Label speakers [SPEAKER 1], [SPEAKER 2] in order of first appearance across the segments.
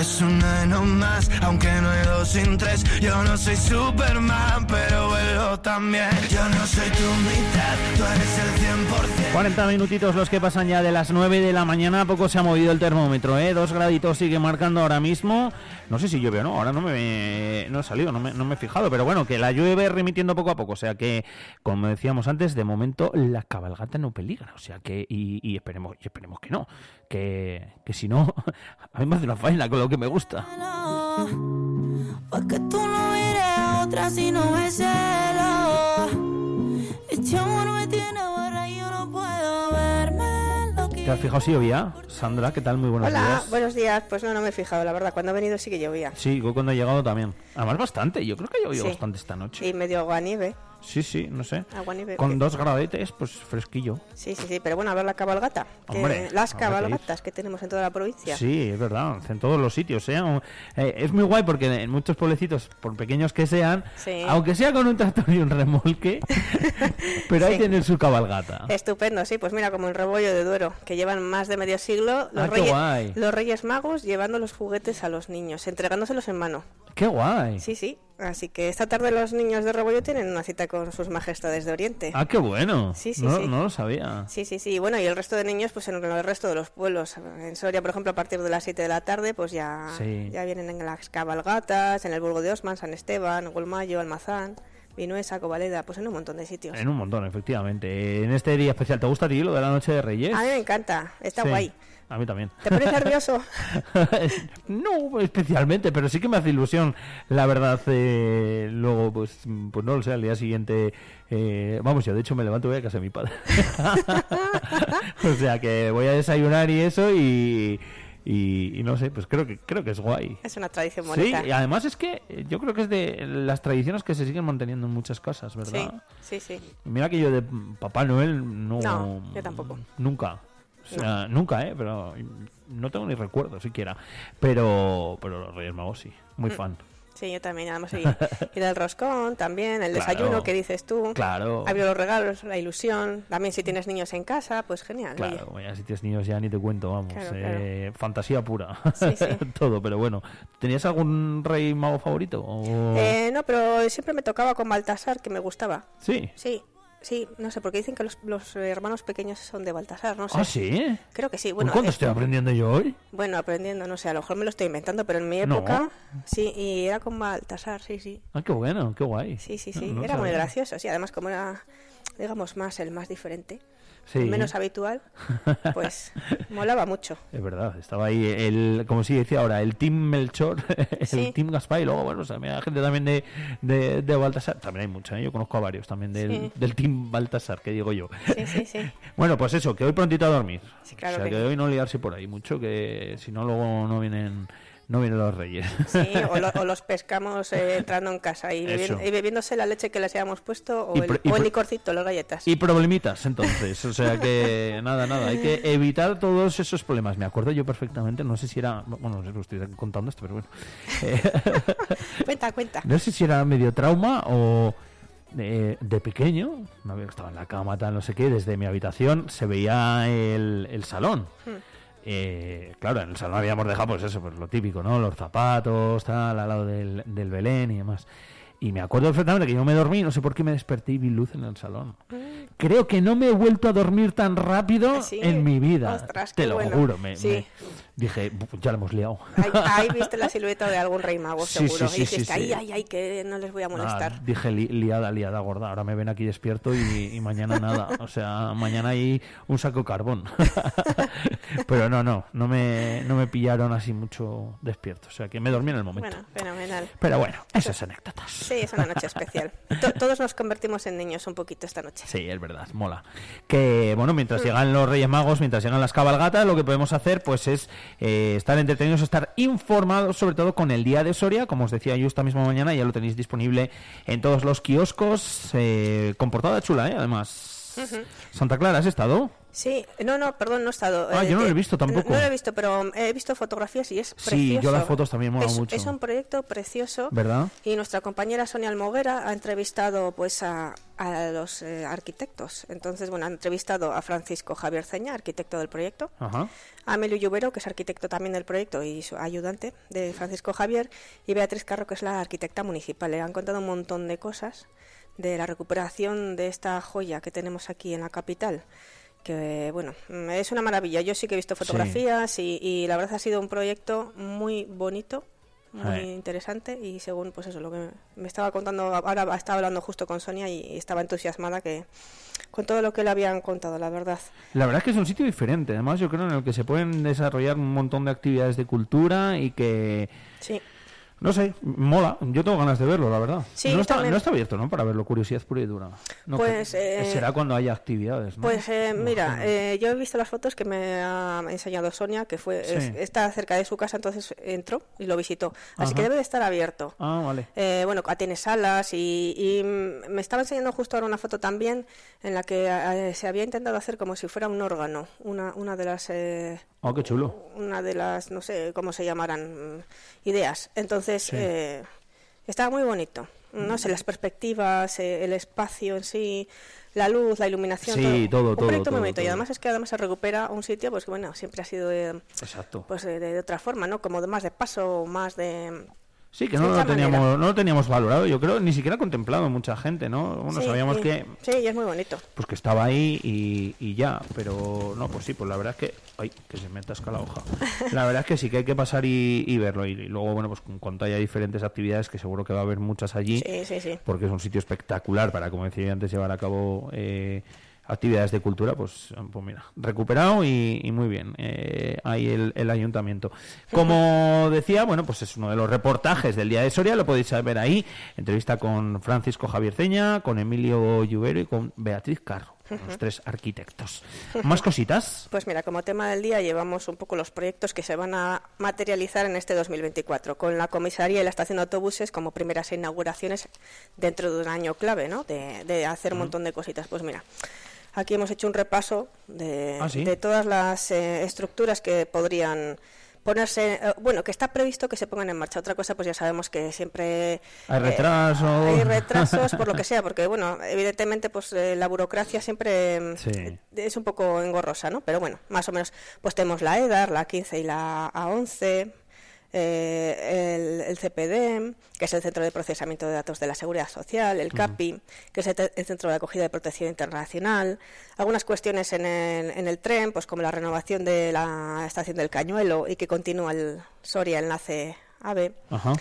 [SPEAKER 1] es una no más, aunque no hay dos sin tres. Yo no soy Superman, pero vuelo también. Yo no soy tu mitad, tú eres el 100%.
[SPEAKER 2] 40 minutitos los que pasan ya de las 9 de la mañana, poco se ha movido el termómetro, ¿eh? Dos graditos sigue marcando ahora mismo. No sé si llueve o no, ahora no me no he salido, no me, no me he fijado, pero bueno, que la llueve remitiendo poco a poco. O sea que, como decíamos antes, de momento la cabalgata no peligra. O sea que, y, y esperemos, y esperemos que no. Que, que si no, a mí me hace una faena con lo que me gusta.
[SPEAKER 3] Porque tú no eres otra si no es celo. Este amor me tiene borra y yo no puedo verme lo que.
[SPEAKER 2] ¿Te has fijado si llovía? Sandra, ¿qué tal? Muy buenos
[SPEAKER 4] Hola,
[SPEAKER 2] días.
[SPEAKER 4] buenos días. Pues no, no me he fijado, la verdad. Cuando he venido sí que llovía.
[SPEAKER 2] Sí, yo cuando he llegado también. Además, bastante. Yo creo que ha llovido
[SPEAKER 4] Sí.
[SPEAKER 2] bastante esta noche.
[SPEAKER 4] Y medio agua nieve.
[SPEAKER 2] Sí, sí, no sé.
[SPEAKER 4] Agua nieve,
[SPEAKER 2] Con
[SPEAKER 4] que-
[SPEAKER 2] dos gradetes, pues fresquillo.
[SPEAKER 4] Sí, sí, sí. Pero bueno, a ver la cabalgata. que-
[SPEAKER 2] Hombre,
[SPEAKER 4] las
[SPEAKER 2] habrá que ir.
[SPEAKER 4] cabalgatas que tenemos en toda la provincia.
[SPEAKER 2] Sí, es verdad, en todos los sitios. ¿eh? O- eh, es muy guay porque en muchos pueblecitos, por pequeños que sean,
[SPEAKER 4] Sí.
[SPEAKER 2] aunque sea con un tractor y un remolque, pero ahí
[SPEAKER 4] Sí.
[SPEAKER 2] tienen su cabalgata.
[SPEAKER 4] Estupendo, sí, pues mira, como el rebollo de Duero, que llevan más de medio siglo los,
[SPEAKER 2] Ah, qué guay.
[SPEAKER 4] reyes, los Reyes Magos llevando los juguetes a los niños, entregándoselos en mano.
[SPEAKER 2] ¡Qué guay!
[SPEAKER 4] Sí, sí, así que esta tarde los niños de rebollo tienen una cita con sus majestades de Oriente.
[SPEAKER 2] ¡Ah, qué bueno!
[SPEAKER 4] Sí, sí,
[SPEAKER 2] no,
[SPEAKER 4] sí.
[SPEAKER 2] no lo sabía.
[SPEAKER 4] Sí, sí, sí, bueno, y el resto de niños, pues en el resto de los pueblos. En Soria, por ejemplo, a partir de las 7 de la tarde, pues ya,
[SPEAKER 2] Sí.
[SPEAKER 4] ya vienen en las cabalgatas, en el Burgo de Osman, San Esteban, Golmayo, Almazán, Vinuesa, Cobaleda, pues en un montón de sitios.
[SPEAKER 2] En un montón, efectivamente. En este día especial, ¿te gusta a ti lo de la noche de Reyes?
[SPEAKER 4] A mí me encanta, está
[SPEAKER 2] Sí,
[SPEAKER 4] guay.
[SPEAKER 2] A mí también.
[SPEAKER 4] ¿Te pones nervioso?
[SPEAKER 2] no especialmente, pero sí que me hace ilusión, la verdad. eh, luego, pues, mm, pues no lo sé, al día siguiente, eh, vamos, yo de hecho me levanto y voy a casa de mi padre. o sea que voy a desayunar y eso y, y, y no sé, pues creo que creo que es guay.
[SPEAKER 4] Es una tradición
[SPEAKER 2] Sí,
[SPEAKER 4] bonita.
[SPEAKER 2] y además es que eh, yo creo que es de las tradiciones que se siguen manteniendo en muchas casas, ¿verdad?
[SPEAKER 4] Sí, sí, sí.
[SPEAKER 2] Mira que yo de Papá Noel no.
[SPEAKER 4] No, yo tampoco.
[SPEAKER 2] Nunca. O sea, nunca, ¿eh? Pero no tengo ni recuerdo siquiera. Pero, pero los Reyes Magos sí.
[SPEAKER 4] Mm.
[SPEAKER 2] Muy fan.
[SPEAKER 4] Sí, yo también. Además, y, y del roscón también, el
[SPEAKER 2] Claro.
[SPEAKER 4] desayuno que dices tú.
[SPEAKER 2] Claro.
[SPEAKER 4] Abrió los regalos, la ilusión. También si tienes niños en casa, pues genial. oye.
[SPEAKER 2] Claro, ya si tienes niños ya ni te cuento, vamos.
[SPEAKER 4] Claro,
[SPEAKER 2] eh, Fantasía pura.
[SPEAKER 4] Sí, sí.
[SPEAKER 2] Todo, pero bueno. ¿Tenías algún rey mago favorito? O-
[SPEAKER 4] Eh, no, pero siempre me tocaba con Baltasar, que me gustaba.
[SPEAKER 2] Sí.
[SPEAKER 4] Sí, sí, no sé, porque dicen que los, los hermanos pequeños son de Baltasar, no sé.
[SPEAKER 2] ¿Ah, sí?
[SPEAKER 4] Creo que sí.
[SPEAKER 2] Bueno,
[SPEAKER 4] Bueno,
[SPEAKER 2] ¿Cuánto
[SPEAKER 4] es-
[SPEAKER 2] estoy aprendiendo yo hoy?
[SPEAKER 4] bueno, aprendiendo, no sé, a lo mejor me lo estoy inventando, pero en mi
[SPEAKER 2] No.
[SPEAKER 4] época sí, y era con Baltasar, sí, sí.
[SPEAKER 2] Ah, qué bueno, qué guay.
[SPEAKER 4] Sí, sí, sí.
[SPEAKER 2] No, no
[SPEAKER 4] era muy
[SPEAKER 2] sabía.
[SPEAKER 4] gracioso, sí. Además, como era, digamos, más el más diferente.
[SPEAKER 2] Sí.
[SPEAKER 4] menos habitual, pues molaba mucho.
[SPEAKER 2] Es verdad, estaba ahí el, como si decía ahora, el Team Melchor, el
[SPEAKER 4] Sí.
[SPEAKER 2] Team Gaspar y luego, bueno, o sea, mira, gente también de, de, de Baltasar, también hay mucha, ¿eh? yo conozco a varios también del,
[SPEAKER 4] Sí.
[SPEAKER 2] del Team Baltasar, que digo yo.
[SPEAKER 4] Sí, sí, sí.
[SPEAKER 2] Bueno, pues eso, que hoy prontito a dormir.
[SPEAKER 4] Sí, claro
[SPEAKER 2] o sea,
[SPEAKER 4] que
[SPEAKER 2] que,
[SPEAKER 4] sí.
[SPEAKER 2] hoy no liarse por ahí mucho, que si no luego no vienen, no vienen los reyes.
[SPEAKER 4] Sí, o, lo- o los pescamos eh, entrando en casa y, bebi-
[SPEAKER 2] Eso.
[SPEAKER 4] y bebiéndose la leche que les habíamos puesto o,
[SPEAKER 2] Y
[SPEAKER 4] el,
[SPEAKER 2] pro- y
[SPEAKER 4] o el
[SPEAKER 2] pro-
[SPEAKER 4] licorcito, las galletas.
[SPEAKER 2] Y problemitas, entonces. O sea que nada, nada. Hay que evitar todos esos problemas. Me acuerdo yo perfectamente. No sé si era. Bueno, no sé si lo estoy contando esto, pero bueno. Eh,
[SPEAKER 4] Cuenta, cuenta.
[SPEAKER 2] No sé si era medio trauma o eh, de pequeño, me había- estaba en la cama, tal, no sé qué, desde mi habitación se veía el, el salón.
[SPEAKER 4] Hmm.
[SPEAKER 2] Eh, claro, en el salón habíamos dejado pues eso, pues lo típico, ¿no? Los zapatos, tal, al lado del, del Belén y demás. Y me acuerdo perfectamente que yo me dormí, no sé por qué me desperté y vi luz en el salón. Creo que no me he vuelto a dormir tan rápido
[SPEAKER 4] ¿Ah, Mm. sí?
[SPEAKER 2] en mi vida.
[SPEAKER 4] Ostras,
[SPEAKER 2] Te
[SPEAKER 4] qué
[SPEAKER 2] lo
[SPEAKER 4] bueno.
[SPEAKER 2] juro, me,
[SPEAKER 4] Sí.
[SPEAKER 2] me- dije, "Buf, ya lo hemos liado.
[SPEAKER 4] Ahí, ahí viste la silueta de algún rey mago,
[SPEAKER 2] Sí, sí,
[SPEAKER 4] seguro.
[SPEAKER 2] sí,
[SPEAKER 4] y dijiste,
[SPEAKER 2] sí,
[SPEAKER 4] ay,
[SPEAKER 2] sí.
[SPEAKER 4] ay, ay, que no les voy a
[SPEAKER 2] Nada,
[SPEAKER 4] molestar.
[SPEAKER 2] Ah, dije li- liada, liada, gorda. Ahora me ven aquí despierto y, y mañana nada. O sea, mañana hay un saco de carbón. Pero no, no, no me, no me pillaron así mucho despierto. O sea, que me dormí en el momento.
[SPEAKER 4] Bueno, fenomenal.
[SPEAKER 2] Pero bueno, esas anécdotas.
[SPEAKER 4] Sí, es una noche especial. To- todos nos convertimos en niños un poquito esta noche.
[SPEAKER 2] Sí, es verdad, mola. Que bueno, mientras llegan los Reyes Magos, mientras llegan las cabalgatas, lo que podemos hacer pues es eh, estar entretenidos, estar informados, sobre todo con el día de Soria, como os decía yo esta misma mañana, ya lo tenéis disponible en todos los kioscos, eh, con portada chula, ¿eh? además. Santa Clara, ¿has estado?
[SPEAKER 4] Sí, no, no, perdón, no he estado.
[SPEAKER 2] Ah, yo no lo
[SPEAKER 4] te-
[SPEAKER 2] he visto tampoco.
[SPEAKER 4] No, no lo he visto, pero eh, he visto fotografías y es precioso.
[SPEAKER 2] Sí, yo las fotos también molan
[SPEAKER 4] es,
[SPEAKER 2] mucho.
[SPEAKER 4] Es un proyecto precioso.
[SPEAKER 2] ¿Verdad?
[SPEAKER 4] Y nuestra compañera Sonia Almoguera ha entrevistado pues a, a los eh, arquitectos. Entonces, bueno, ha entrevistado a Francisco Javier Ceña, arquitecto del proyecto,
[SPEAKER 2] Ajá.
[SPEAKER 4] a Melu Lluvero, que es arquitecto también del proyecto y su ayudante de Francisco Javier, y Beatriz Carro, que es la arquitecta municipal. Le han contado un montón de cosas de la recuperación de esta joya que tenemos aquí en la capital. Que bueno, mm, es una maravilla. Yo sí que he visto fotografías y, y la verdad ha sido un proyecto muy bonito, muy
[SPEAKER 2] Sí.
[SPEAKER 4] interesante. Y según, pues eso, lo que me- me estaba contando, ahora estaba hablando justo con Sonia y y estaba entusiasmada que con todo lo que le habían contado, la verdad.
[SPEAKER 2] La verdad es que es un sitio diferente, además yo creo en el que se pueden desarrollar un montón de actividades de cultura y que,
[SPEAKER 4] Sí.
[SPEAKER 2] no sé, mola, yo tengo ganas de verlo, la verdad.
[SPEAKER 4] Sí,
[SPEAKER 2] no,
[SPEAKER 4] yo
[SPEAKER 2] está,
[SPEAKER 4] también.
[SPEAKER 2] no está abierto, ¿no? Para verlo, curiosidad pura y dura. No,
[SPEAKER 4] Pues,
[SPEAKER 2] que-
[SPEAKER 4] eh,
[SPEAKER 2] Será cuando haya actividades, ¿no?
[SPEAKER 4] Pues eh,
[SPEAKER 2] Me
[SPEAKER 4] mira,
[SPEAKER 2] imagino.
[SPEAKER 4] eh, yo he visto las fotos que me ha enseñado Sonia, que fue
[SPEAKER 2] Sí.
[SPEAKER 4] es- está cerca de su casa, entonces entró y lo visitó. Así que
[SPEAKER 2] Ajá.
[SPEAKER 4] debe de estar abierto.
[SPEAKER 2] Ah, vale.
[SPEAKER 4] Eh, bueno, ah, tiene salas y, y, mm, me estaba enseñando justo ahora una foto también en la que eh, se había intentado hacer como si fuera un órgano, una, una de las eh,
[SPEAKER 2] Oh, qué chulo.
[SPEAKER 4] una de las no sé cómo se llamaran mm, ideas. Entonces eh, estaba muy bonito. No sé, las perspectivas, eh, el espacio en sí, la luz, la iluminación.
[SPEAKER 2] Sí, todo,
[SPEAKER 4] Un
[SPEAKER 2] todo,
[SPEAKER 4] proyecto
[SPEAKER 2] todo,
[SPEAKER 4] muy bonito. Y
[SPEAKER 2] todo.
[SPEAKER 4] además es que además se recupera un sitio, pues que, bueno, siempre ha sido de,
[SPEAKER 2] Exacto.
[SPEAKER 4] pues, eh, de, de otra forma, ¿no? Como de más de paso, más de...
[SPEAKER 2] Sí, que
[SPEAKER 4] de
[SPEAKER 2] no lo,
[SPEAKER 4] otra manera.
[SPEAKER 2] teníamos, no lo teníamos valorado, yo creo, ni siquiera contemplado mucha gente, ¿no? Bueno,
[SPEAKER 4] Sí,
[SPEAKER 2] sabíamos
[SPEAKER 4] sí.
[SPEAKER 2] que
[SPEAKER 4] Sí, y es muy bonito.
[SPEAKER 2] pues que estaba ahí y, y ya, pero no, pues sí, pues la verdad es que, ay, que se me atasca la hoja. La verdad es que sí que hay que pasar y, y verlo y, y luego, bueno, pues en cuanto haya diferentes actividades, que seguro que va a haber muchas allí,
[SPEAKER 4] Sí, sí, sí.
[SPEAKER 2] porque es un sitio espectacular para, como decía antes, llevar a cabo eh, actividades de cultura, pues, pues mira, recuperado y, y muy bien, eh, ahí el, el ayuntamiento. Como decía, bueno, pues es uno de los reportajes del Día de Soria, lo podéis ver ahí, entrevista con Francisco Javier Ceña, con Emilio Lluvero y con Beatriz Carro, los tres arquitectos. ¿Más cositas?
[SPEAKER 4] Pues mira, como tema del día llevamos un poco los proyectos que se van a materializar en este 2024, con la comisaría y la estación de autobuses como primeras inauguraciones dentro de un año clave, ¿no? De, de hacer un montón de cositas. Pues mira, aquí hemos hecho un repaso de,
[SPEAKER 2] Ah, sí.
[SPEAKER 4] de todas las eh, estructuras que podrían ponerse, eh, bueno, que está previsto que se pongan en marcha. Otra cosa, pues ya sabemos que siempre
[SPEAKER 2] Hay retrasos.
[SPEAKER 4] Eh, hay retrasos por lo que sea, porque bueno, evidentemente pues eh, la burocracia siempre mm,
[SPEAKER 2] Sí.
[SPEAKER 4] eh, es un poco engorrosa, ¿no? Pero bueno, más o menos pues tenemos la EDAR, la 15 y la A11. eh, el, el CPD, que es el Centro de Procesamiento de Datos de la Seguridad Social, el CAPI, que es el, te- el Centro de Acogida de Protección Internacional, algunas cuestiones en el, en el tren, pues como la renovación de la estación del Cañuelo y que continúa el Soria Enlace AVE,
[SPEAKER 2] Ajá.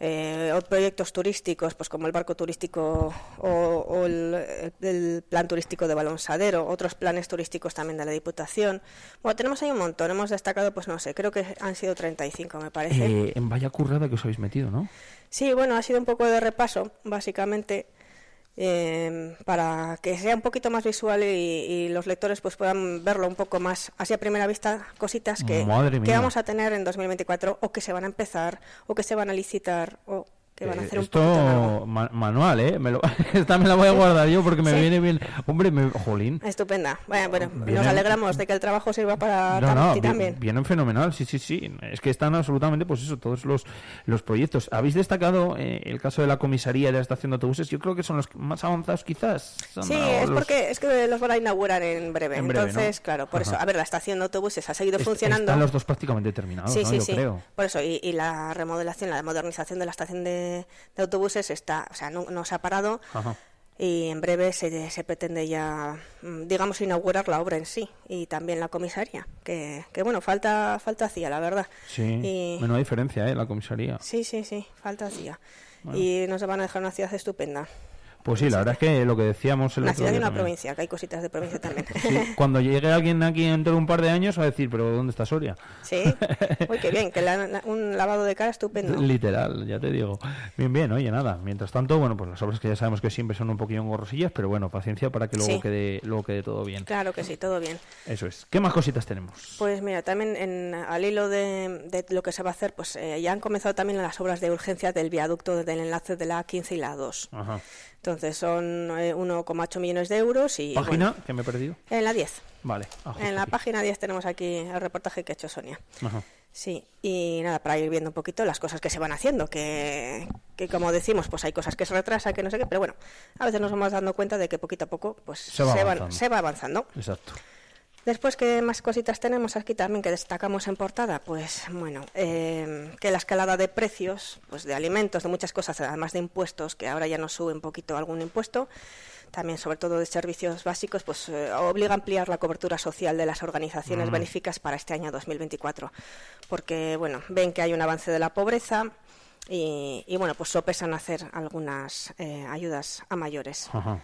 [SPEAKER 4] eh, o proyectos turísticos, pues como el barco turístico o, o el, el plan turístico de Balonsadero, otros planes turísticos también de la Diputación. Bueno, tenemos ahí un montón, hemos destacado, pues no sé, creo que han sido 35, me parece.
[SPEAKER 2] Eh, en vaya currada que os habéis metido, ¿no?
[SPEAKER 4] Sí, bueno, ha sido un poco de repaso, básicamente, eh, para que sea un poquito más visual y, y los lectores pues puedan verlo un poco más así a primera vista, cositas que,
[SPEAKER 2] Madre
[SPEAKER 4] que
[SPEAKER 2] mía.
[SPEAKER 4] vamos a tener en 2024 o que se van a empezar o que se van a licitar o que van a
[SPEAKER 2] Eh,
[SPEAKER 4] hacer un
[SPEAKER 2] Esto
[SPEAKER 4] poquito largo.
[SPEAKER 2] ma- manual, ¿eh? Me lo, esta me la voy a guardar yo porque me
[SPEAKER 4] Sí.
[SPEAKER 2] viene bien. Hombre, me, jolín.
[SPEAKER 4] Estupenda. Bueno, bueno, nos
[SPEAKER 2] Vienen-
[SPEAKER 4] alegramos de que el trabajo sirva para
[SPEAKER 2] No, no,
[SPEAKER 4] ti
[SPEAKER 2] vi-
[SPEAKER 4] también.
[SPEAKER 2] vienen fenomenal, sí, sí, sí. Es que están absolutamente, pues eso, todos los, los proyectos. Habéis destacado eh, el caso de la comisaría y de la estación de autobuses. Yo creo que son los más avanzados, quizás. Son,
[SPEAKER 4] Sí,
[SPEAKER 2] o
[SPEAKER 4] es
[SPEAKER 2] los-
[SPEAKER 4] porque es que los van a inaugurar en breve.
[SPEAKER 2] En breve, ¿no?
[SPEAKER 4] Entonces, claro, por eso.
[SPEAKER 2] Ajá.
[SPEAKER 4] A ver, la estación de autobuses ha seguido
[SPEAKER 2] est-
[SPEAKER 4] funcionando.
[SPEAKER 2] Están los dos prácticamente terminados,
[SPEAKER 4] Sí,
[SPEAKER 2] ¿no?
[SPEAKER 4] sí,
[SPEAKER 2] Yo
[SPEAKER 4] sí.
[SPEAKER 2] creo.
[SPEAKER 4] Por eso, y, y la remodelación, la modernización de la estación de, de autobuses está, o sea, no, no se ha parado
[SPEAKER 2] Ajá.
[SPEAKER 4] y en breve se, se pretende ya, mm, digamos, inaugurar la obra en sí y también la comisaría, que, que bueno, falta, falta hacía, la verdad.
[SPEAKER 2] Sí.
[SPEAKER 4] Y-
[SPEAKER 2] Menuda diferencia, ¿eh? La comisaría.
[SPEAKER 4] Sí, sí, sí, falta hacía. Y nos van a dejar una ciudad estupenda.
[SPEAKER 2] Pues sí, la verdad es que lo que decíamos el
[SPEAKER 4] Una
[SPEAKER 2] otro
[SPEAKER 4] ciudad y
[SPEAKER 2] día
[SPEAKER 4] una
[SPEAKER 2] también.
[SPEAKER 4] provincia, que hay cositas de provincia también.
[SPEAKER 2] Sí, Cuando llegue alguien aquí dentro de un par de años va a decir, pero ¿dónde está Soria?
[SPEAKER 4] Sí, uy, qué bien, que la- la- un lavado de cara estupendo.
[SPEAKER 2] Literal, ya te digo. Bien, bien, oye, nada. Mientras tanto, bueno, pues las obras que ya sabemos que siempre son un poquillo engorrosillas, pero bueno, paciencia para que luego,
[SPEAKER 4] Sí.
[SPEAKER 2] quede, luego quede todo bien.
[SPEAKER 4] Claro que sí, todo bien.
[SPEAKER 2] Eso es. ¿Qué más cositas tenemos?
[SPEAKER 4] Pues mira, también en, al hilo de, de lo que se va a hacer,
[SPEAKER 2] Ah.
[SPEAKER 4] pues eh, ya han comenzado también las obras de urgencia del viaducto del enlace de la A15 y la A2,
[SPEAKER 2] Ajá.
[SPEAKER 4] Entonces son eh, 1,8 millones de euros y...
[SPEAKER 2] Página
[SPEAKER 4] bueno,
[SPEAKER 2] que me he perdido.
[SPEAKER 4] en la 10.
[SPEAKER 2] Vale. ah, justo
[SPEAKER 4] En la
[SPEAKER 2] aquí.
[SPEAKER 4] página 10 tenemos aquí el reportaje que ha hecho Sonia.
[SPEAKER 2] Ajá.
[SPEAKER 4] Sí, y nada, para ir viendo un poquito las cosas que se van haciendo, que, que como decimos, pues hay cosas que se retrasan, que no sé qué, pero bueno, a veces nos vamos dando cuenta de que poquito a poco pues
[SPEAKER 2] Se va
[SPEAKER 4] van-
[SPEAKER 2] avanzando.
[SPEAKER 4] se va avanzando.
[SPEAKER 2] Exacto.
[SPEAKER 4] Después, ¿qué más cositas tenemos aquí también que destacamos en portada? Pues bueno, eh, que la escalada de precios, pues de alimentos, de muchas cosas, además de impuestos, que ahora ya nos sube un poquito algún impuesto, también sobre todo de servicios básicos, pues eh, obliga a ampliar la cobertura social de las organizaciones benéficas para este año 2024, porque bueno, ven que hay un avance de la pobreza. Y, y, bueno, pues sopesan hacer algunas eh, ayudas a mayores.
[SPEAKER 2] Ajá.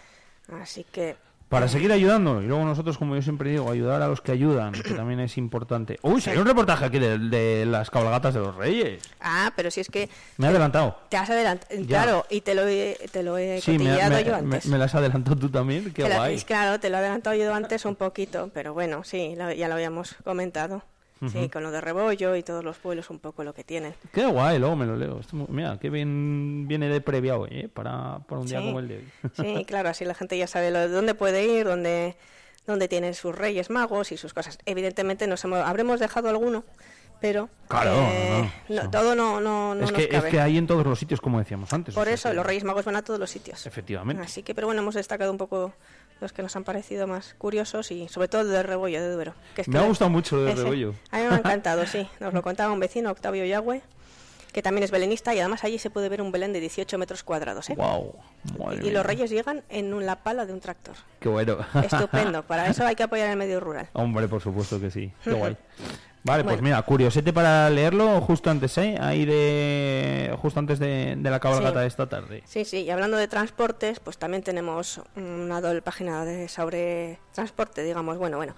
[SPEAKER 4] Así que
[SPEAKER 2] Para seguir ayudando, y luego nosotros, como yo siempre digo, ayudar a los que ayudan, que también es importante. Uy, si hay un reportaje aquí de, de las cabalgatas de los reyes.
[SPEAKER 4] Ah, pero si es que
[SPEAKER 2] Me he adelantado.
[SPEAKER 4] te has adelantado.
[SPEAKER 2] Ya.
[SPEAKER 4] Claro, y te lo he, te lo he
[SPEAKER 2] Sí, me,
[SPEAKER 4] cotilleado
[SPEAKER 2] me-
[SPEAKER 4] yo
[SPEAKER 2] me-
[SPEAKER 4] antes.
[SPEAKER 2] me las adelantó tú también, qué
[SPEAKER 4] Te lo-
[SPEAKER 2] guay.
[SPEAKER 4] es claro, te lo he adelantado yo antes un poquito, pero bueno, sí, lo- ya lo habíamos comentado. Sí, con lo de Rebollo y todos los pueblos un poco lo que tienen.
[SPEAKER 2] Qué guay, luego me lo leo. Esto mu- mira, qué bien viene de previado, ¿eh? Para, para un día
[SPEAKER 4] Sí.
[SPEAKER 2] como el de hoy.
[SPEAKER 4] Sí, claro, así la gente ya sabe lo- dónde puede ir, dónde, dónde tienen sus reyes magos y sus cosas. Evidentemente nos hemos- habremos dejado alguno, pero eh,
[SPEAKER 2] Claro, no, no,
[SPEAKER 4] no,
[SPEAKER 2] sí.
[SPEAKER 4] todo no, no, no
[SPEAKER 2] es,
[SPEAKER 4] nos
[SPEAKER 2] que, es
[SPEAKER 4] cabe.
[SPEAKER 2] que hay en todos los sitios, como decíamos antes.
[SPEAKER 4] Por
[SPEAKER 2] o sea
[SPEAKER 4] eso
[SPEAKER 2] que-
[SPEAKER 4] los reyes magos van a todos los sitios.
[SPEAKER 2] Efectivamente.
[SPEAKER 4] Así que, pero bueno, hemos destacado un poco los que nos han parecido más curiosos y sobre todo el de Rebollo de Duero. que es
[SPEAKER 2] Me
[SPEAKER 4] que
[SPEAKER 2] ha
[SPEAKER 4] la-
[SPEAKER 2] gustado mucho lo de
[SPEAKER 4] ese-
[SPEAKER 2] Rebollo.
[SPEAKER 4] A mí me ha encantado, sí. Nos lo contaba un vecino, Octavio Yagüe, que también es belenista y además allí se puede ver un Belén de 18 metros cuadrados. ¿eh?
[SPEAKER 2] Wow, madre
[SPEAKER 4] y
[SPEAKER 2] mía.
[SPEAKER 4] los reyes llegan en un- la pala de un tractor.
[SPEAKER 2] Qué bueno.
[SPEAKER 4] Estupendo. Para eso hay que apoyar el medio rural.
[SPEAKER 2] Hombre, por supuesto que sí. Qué guay. Vale, pues
[SPEAKER 4] Bueno.
[SPEAKER 2] mira, curiosete para leerlo justo antes, ¿eh? Ahí de... Justo antes de, de la cabalgata
[SPEAKER 4] Sí.
[SPEAKER 2] de esta tarde.
[SPEAKER 4] Sí, sí, y hablando de transportes, pues también tenemos una doble página de sobre transporte, digamos, bueno, bueno,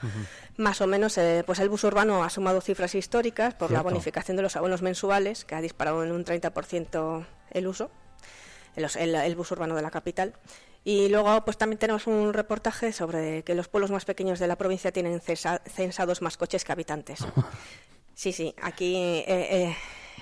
[SPEAKER 4] más o menos, eh, pues el bus urbano ha sumado cifras históricas por
[SPEAKER 2] Cierto.
[SPEAKER 4] la bonificación de los abonos mensuales, que ha disparado en un 30% el uso, los- el, el bus urbano de la capital. Y luego, pues también tenemos un reportaje sobre que los pueblos más pequeños de la provincia tienen censa- censados más coches que habitantes. Sí, sí, aquí, eh, eh,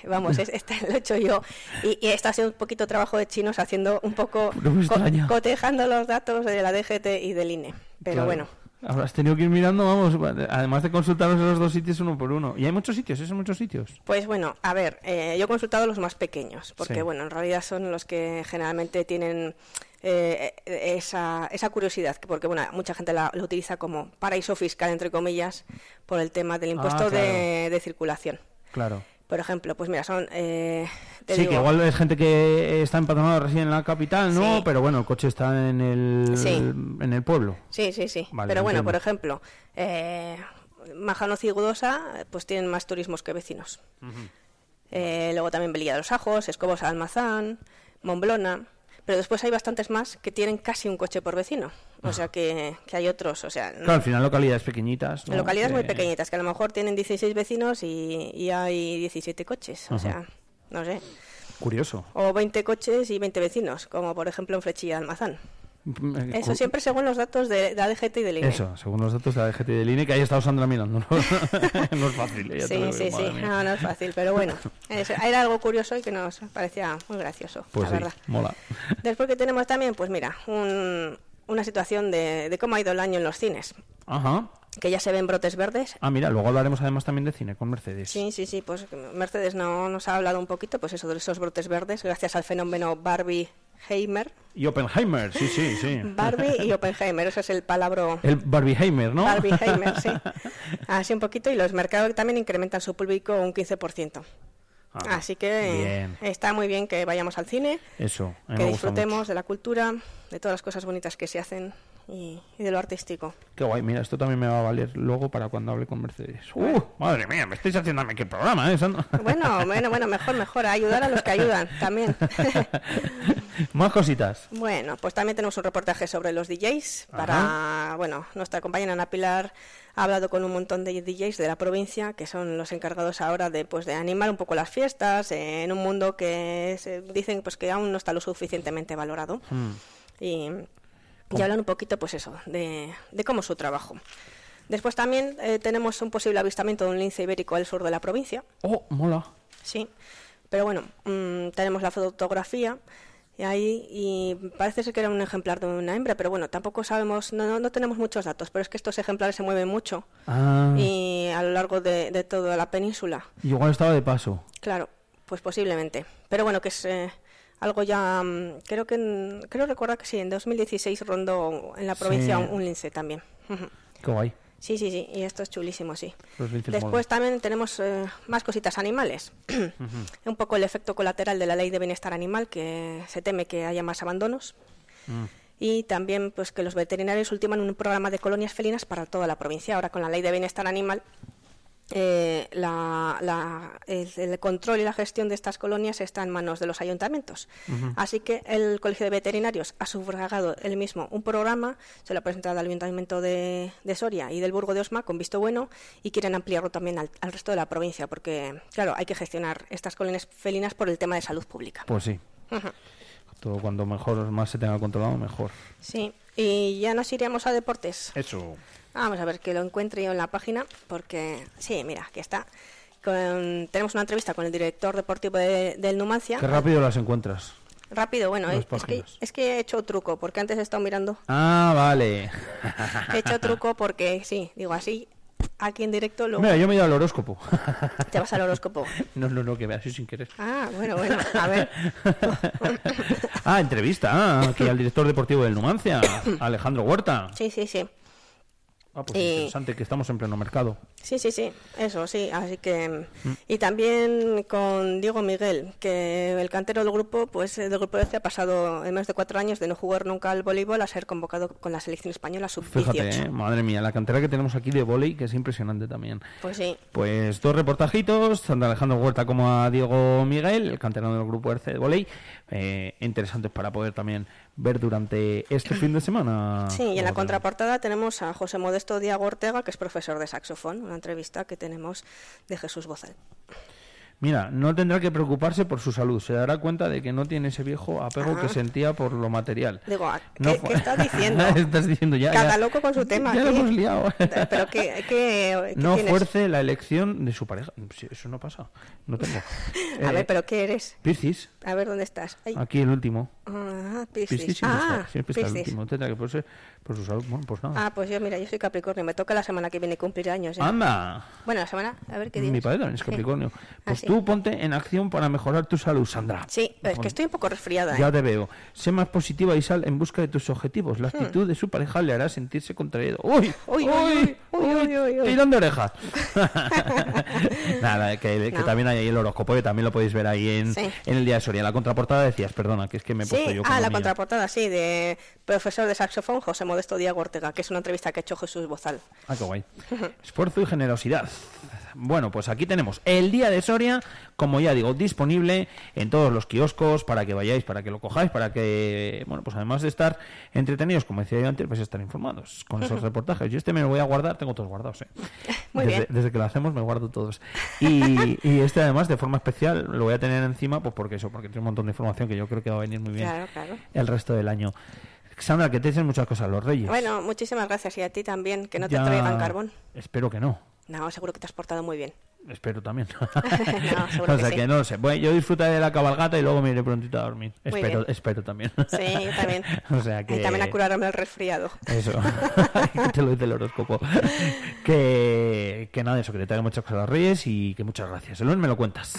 [SPEAKER 4] vamos, es- este lo he hecho yo. Y, y esto ha sido un poquito trabajo de chinos haciendo un poco,
[SPEAKER 2] No me extraña.
[SPEAKER 4] cotejando los datos de la DGT y del INE. Pero
[SPEAKER 2] Claro.
[SPEAKER 4] bueno,
[SPEAKER 2] Habrás tenido que ir mirando, vamos, además de consultaros en los dos sitios uno por uno. Y hay muchos sitios, ¿eh? son muchos sitios.
[SPEAKER 4] pues bueno, a ver, eh, yo he consultado los más pequeños, porque
[SPEAKER 2] Sí.
[SPEAKER 4] bueno, en realidad son los que generalmente tienen eh, eh, esa, esa curiosidad, que- porque bueno, mucha gente la, lo utiliza como paraíso fiscal, entre comillas, por el tema del impuesto de,
[SPEAKER 2] Ah, claro.
[SPEAKER 4] de circulación.
[SPEAKER 2] Claro.
[SPEAKER 4] Por ejemplo, pues mira, son... eh, te
[SPEAKER 2] Sí,
[SPEAKER 4] digo-
[SPEAKER 2] que igual es gente que está empadronada recién en la capital, ¿no?
[SPEAKER 4] Sí.
[SPEAKER 2] Pero bueno, el coche está en el,
[SPEAKER 4] Sí.
[SPEAKER 2] en el pueblo.
[SPEAKER 4] Sí, sí, sí.
[SPEAKER 2] Vale,
[SPEAKER 4] Pero bueno,
[SPEAKER 2] entiendo.
[SPEAKER 4] por ejemplo, eh, Majano y Gudosa eh, pues tienen más turismos que vecinos. Eh, luego también Belilla de los Ajos, Escobos Almazán, Momblona. Pero después hay bastantes más que tienen casi un coche por vecino. O sea que, que hay otros. O sea, no-
[SPEAKER 2] Ah. Claro, al final localidades pequeñitas. ¿no?
[SPEAKER 4] localidades muy
[SPEAKER 2] Que-
[SPEAKER 4] pequeñitas que a lo mejor tienen 16 vecinos y, y hay 17 coches. O
[SPEAKER 2] Ajá.
[SPEAKER 4] sea, no sé.
[SPEAKER 2] Curioso.
[SPEAKER 4] O 20 coches y 20 vecinos, como por ejemplo en Flechilla de Almazán. Eso
[SPEAKER 2] Cu-
[SPEAKER 4] siempre según los datos de, la DGT y del INE.
[SPEAKER 2] Eso, según los datos de la DGT del INE, que ahí está Sandra mirando. No, No es fácil. ¿eh? Ya te
[SPEAKER 4] Sí,
[SPEAKER 2] lo digo,
[SPEAKER 4] sí, sí.
[SPEAKER 2] madre mía.
[SPEAKER 4] No, no es fácil, pero bueno. es- era algo curioso y que nos parecía muy gracioso,
[SPEAKER 2] Pues
[SPEAKER 4] la
[SPEAKER 2] sí,
[SPEAKER 4] verdad.
[SPEAKER 2] mola.
[SPEAKER 4] Después que tenemos también, pues mira, un- una situación de, de cómo ha ido el año en los cines,
[SPEAKER 2] Ajá.
[SPEAKER 4] que ya se ven brotes verdes.
[SPEAKER 2] Ah, mira, luego hablaremos además también de cine con Mercedes.
[SPEAKER 4] Sí, sí, sí, pues Mercedes no, nos ha hablado un poquito, pues eso de esos brotes verdes, gracias al fenómeno Barbie Heimer.
[SPEAKER 2] Y Oppenheimer, sí, sí, sí.
[SPEAKER 4] Barbie y Oppenheimer, eso es el palabra
[SPEAKER 2] El Barbieheimer, ¿no?
[SPEAKER 4] Barbieheimer, sí. Así un poquito, y los mercados también incrementan su público un 15%.
[SPEAKER 2] Ah,
[SPEAKER 4] Así que
[SPEAKER 2] Bien,
[SPEAKER 4] está muy bien que vayamos al cine,
[SPEAKER 2] eso. a mí
[SPEAKER 4] que
[SPEAKER 2] me gusta
[SPEAKER 4] disfrutemos
[SPEAKER 2] mucho.
[SPEAKER 4] de la cultura, de todas las cosas bonitas que se hacen y, y de lo artístico.
[SPEAKER 2] Qué guay, mira, esto también me va a valer luego para cuando hable con Mercedes. ¡Uh! Madre mía, me estáis haciendo a mí qué programa, ¿eh? Sandra?
[SPEAKER 4] Bueno, bueno, bueno, mejor, mejor, a ayudar a los que ayudan también.
[SPEAKER 2] Más cositas.
[SPEAKER 4] bueno, pues también tenemos un reportaje sobre los DJs. Para, bueno, nuestra compañera Ana Pilar ha hablado con un montón de DJs de la provincia que son los encargados ahora de, pues, de animar un poco las fiestas eh, en un mundo que es, eh, dicen pues que aún no está lo suficientemente valorado. y, y hablan un poquito, pues eso, de, de cómo es su trabajo. Después también eh, tenemos un posible avistamiento de un lince ibérico al sur de la provincia,
[SPEAKER 2] Oh, mola.
[SPEAKER 4] sí. Pero bueno, mm, tenemos la fotografía. eh, ahí y parece ser que era un ejemplar de una hembra, pero bueno, tampoco sabemos, no, no, no tenemos muchos datos, pero es que estos ejemplares se mueven mucho
[SPEAKER 2] Ah,
[SPEAKER 4] y a lo largo de, de toda la península.
[SPEAKER 2] igual estaba de paso.
[SPEAKER 4] Claro, pues posiblemente. Pero bueno, que es eh, algo ya. mm, creo que. en- creo recordar que sí, en 2016 rondó en la provincia
[SPEAKER 2] Sí.
[SPEAKER 4] un, un lince también. Ujú.
[SPEAKER 2] Qué guay.
[SPEAKER 4] Sí, sí, sí, y esto es chulísimo, sí.
[SPEAKER 2] Los linces
[SPEAKER 4] Después también tenemos eh, más cositas animales. Un poco el efecto colateral de la ley de bienestar animal, que se teme que haya más abandonos.
[SPEAKER 2] molan.
[SPEAKER 4] Y también pues que los veterinarios ultiman un programa de colonias felinas para toda la provincia. Ahora con la ley de bienestar animal, eh, la- la- el, el control y la gestión de estas colonias está en manos de los ayuntamientos. Así que el Colegio de Veterinarios ha sufragado él mismo un programa, se lo ha presentado al Ayuntamiento de, de Soria y del Burgo de Osma con visto bueno y quieren ampliarlo también al, al resto de la provincia porque, claro, hay que gestionar estas colonias felinas por el tema de salud pública.
[SPEAKER 2] Pues sí.
[SPEAKER 4] Ujú.
[SPEAKER 2] Todo cuanto mejor, más se tenga controlado, mejor.
[SPEAKER 4] Sí, y ya nos iríamos a deportes.
[SPEAKER 2] Eso.
[SPEAKER 4] Vamos a ver que lo encuentre yo en la página, porque sí, mira, aquí está. Con- tenemos una entrevista con el director deportivo de- del Numancia.
[SPEAKER 2] Qué rápido las encuentras.
[SPEAKER 4] Rápido, bueno,
[SPEAKER 2] Las
[SPEAKER 4] eh, es, que,
[SPEAKER 2] páginas.
[SPEAKER 4] es que he hecho truco, porque antes he estado mirando.
[SPEAKER 2] Ah, vale.
[SPEAKER 4] He hecho truco porque sí, digo así, aquí en directo luego
[SPEAKER 2] Mira, yo me he ido al horóscopo.
[SPEAKER 4] te vas al horóscopo.
[SPEAKER 2] no, no, no, que me así sin querer.
[SPEAKER 4] Ah, bueno, bueno, a ver.
[SPEAKER 2] ah, entrevista. Ah, aquí al director deportivo del Numancia, Alejandro Huerta.
[SPEAKER 4] Sí, sí, sí.
[SPEAKER 2] Ah, pues
[SPEAKER 4] Eh.
[SPEAKER 2] interesante que estamos en pleno mercado.
[SPEAKER 4] Sí, sí, sí, eso sí, así que mm,
[SPEAKER 2] Mm.
[SPEAKER 4] y también con Diego Miguel, que el cantero del grupo, pues eh, del grupo 12 ha pasado en menos de cuatro años de no jugar nunca al voleibol a ser convocado con la selección española sub 18.
[SPEAKER 2] Fíjate, eh, madre mía, la cantera que tenemos aquí de volei, que es impresionante también.
[SPEAKER 4] Pues sí,
[SPEAKER 2] Pues dos reportajitos, tanto a Alejandro Huerta como a Diego Miguel, el canterano del grupo RC de volei, eh, interesantes para poder también ver durante este fin de semana.
[SPEAKER 4] sí, y en la
[SPEAKER 2] Luego tenemos-
[SPEAKER 4] contraportada tenemos a José Modesto Diago Ortega, que es profesor de saxofón, una entrevista que tenemos de Jesús Bozal.
[SPEAKER 2] Mira, no tendrá que preocuparse por su salud, se dará cuenta de que no tiene ese viejo apego que sentía por lo material.
[SPEAKER 4] Digo, ah, ¿qué,
[SPEAKER 2] No
[SPEAKER 4] qué
[SPEAKER 2] fue-
[SPEAKER 4] estás diciendo?
[SPEAKER 2] estás diciendo ya.
[SPEAKER 4] Cada
[SPEAKER 2] ya-
[SPEAKER 4] loco con su tema.
[SPEAKER 2] Ya lo
[SPEAKER 4] ¿qué?
[SPEAKER 2] hemos liado.
[SPEAKER 4] Pero qué, qué- qué
[SPEAKER 2] no
[SPEAKER 4] tienes?
[SPEAKER 2] fuerce la elección de su pareja. Sí, Eso no pasa. No tengo.
[SPEAKER 4] A
[SPEAKER 2] Eh,
[SPEAKER 4] ver, pero qué eres?
[SPEAKER 2] Piscis,
[SPEAKER 4] A ver dónde estás. Ay.
[SPEAKER 2] aquí el último.
[SPEAKER 4] Ah,
[SPEAKER 2] Piscis
[SPEAKER 4] Piscis.
[SPEAKER 2] siempre,
[SPEAKER 4] Ah,
[SPEAKER 2] está, siempre está el
[SPEAKER 4] Piscis.
[SPEAKER 2] último. Tendrá que ponerse por su salud. Bueno, pues nada.
[SPEAKER 4] Ah, pues yo, mira, yo soy Capricornio, me toca la semana que viene cumplir años. ¿eh?
[SPEAKER 2] Anda.
[SPEAKER 4] Bueno, la semana, a ver qué dices.
[SPEAKER 2] Ah. Mi padre también es
[SPEAKER 4] Sí. Ah,
[SPEAKER 2] Capricornio. Pues
[SPEAKER 4] sí.
[SPEAKER 2] tú ponte en acción para mejorar tu salud, Sandra.
[SPEAKER 4] Sí, es
[SPEAKER 2] Pon-
[SPEAKER 4] que estoy un poco resfriada. ¿eh?
[SPEAKER 2] Ya te veo. Sé más positiva y sal en busca de tus objetivos. La actitud de su pareja le hará sentirse contraído. ¡Uy!
[SPEAKER 4] Hmm. Uy, uy, uy, uy, uy, uy, uy.
[SPEAKER 2] ¡Tirón de orejas! Nada, que, que
[SPEAKER 4] No.
[SPEAKER 2] también hay ahí el horóscopo, que también lo podéis ver ahí en,
[SPEAKER 4] Sí.
[SPEAKER 2] en el día de Soria. La contraportada decías, perdona, que es que me he puesto
[SPEAKER 4] Sí,
[SPEAKER 2] yo con
[SPEAKER 4] ah,
[SPEAKER 2] lo
[SPEAKER 4] la
[SPEAKER 2] mío.
[SPEAKER 4] contraportada, sí, de profesor de saxofón José Modesto Diego Ortega, que es una entrevista que ha hecho Jesús Bozal.
[SPEAKER 2] Ah, qué guay. Esfuerzo y generosidad. Bueno, pues aquí tenemos el día de Soria, como ya digo, disponible en todos los kioscos para que vayáis, para que lo cojáis, para que, bueno, pues además de estar entretenidos, como decía yo antes, vais a estar informados con esos reportajes. Yo este me lo voy a guardar, tengo todos guardados, ¿eh?
[SPEAKER 4] Muy
[SPEAKER 2] desde,
[SPEAKER 4] bien.
[SPEAKER 2] desde que lo hacemos me guardo todos. Y, y este además, de forma especial, lo voy a tener encima, pues porque eso, porque tiene un montón de información que yo creo que va a venir muy bien
[SPEAKER 4] Claro, claro.
[SPEAKER 2] el resto del año. Sandra, que te dicen muchas cosas los reyes.
[SPEAKER 4] Bueno, muchísimas gracias y a ti también, que no te
[SPEAKER 2] Ya-
[SPEAKER 4] traigan carbón.
[SPEAKER 2] Espero que no.
[SPEAKER 4] No, seguro que te has portado muy bien.
[SPEAKER 2] Espero también.
[SPEAKER 4] seguro
[SPEAKER 2] o sea
[SPEAKER 4] que sí.
[SPEAKER 2] no lo sé. Bueno, yo disfrutaré de la cabalgata y luego me iré prontito a dormir.
[SPEAKER 4] Muy
[SPEAKER 2] Espero,
[SPEAKER 4] bien.
[SPEAKER 2] espero también.
[SPEAKER 4] Sí, yo también.
[SPEAKER 2] o sea que.
[SPEAKER 4] Y también a curarme el resfriado.
[SPEAKER 2] Eso. te lo dice el horóscopo. que, que nada, eso, que te traigo muchas cosas a los Reyes y que muchas gracias. El lunes me lo cuentas.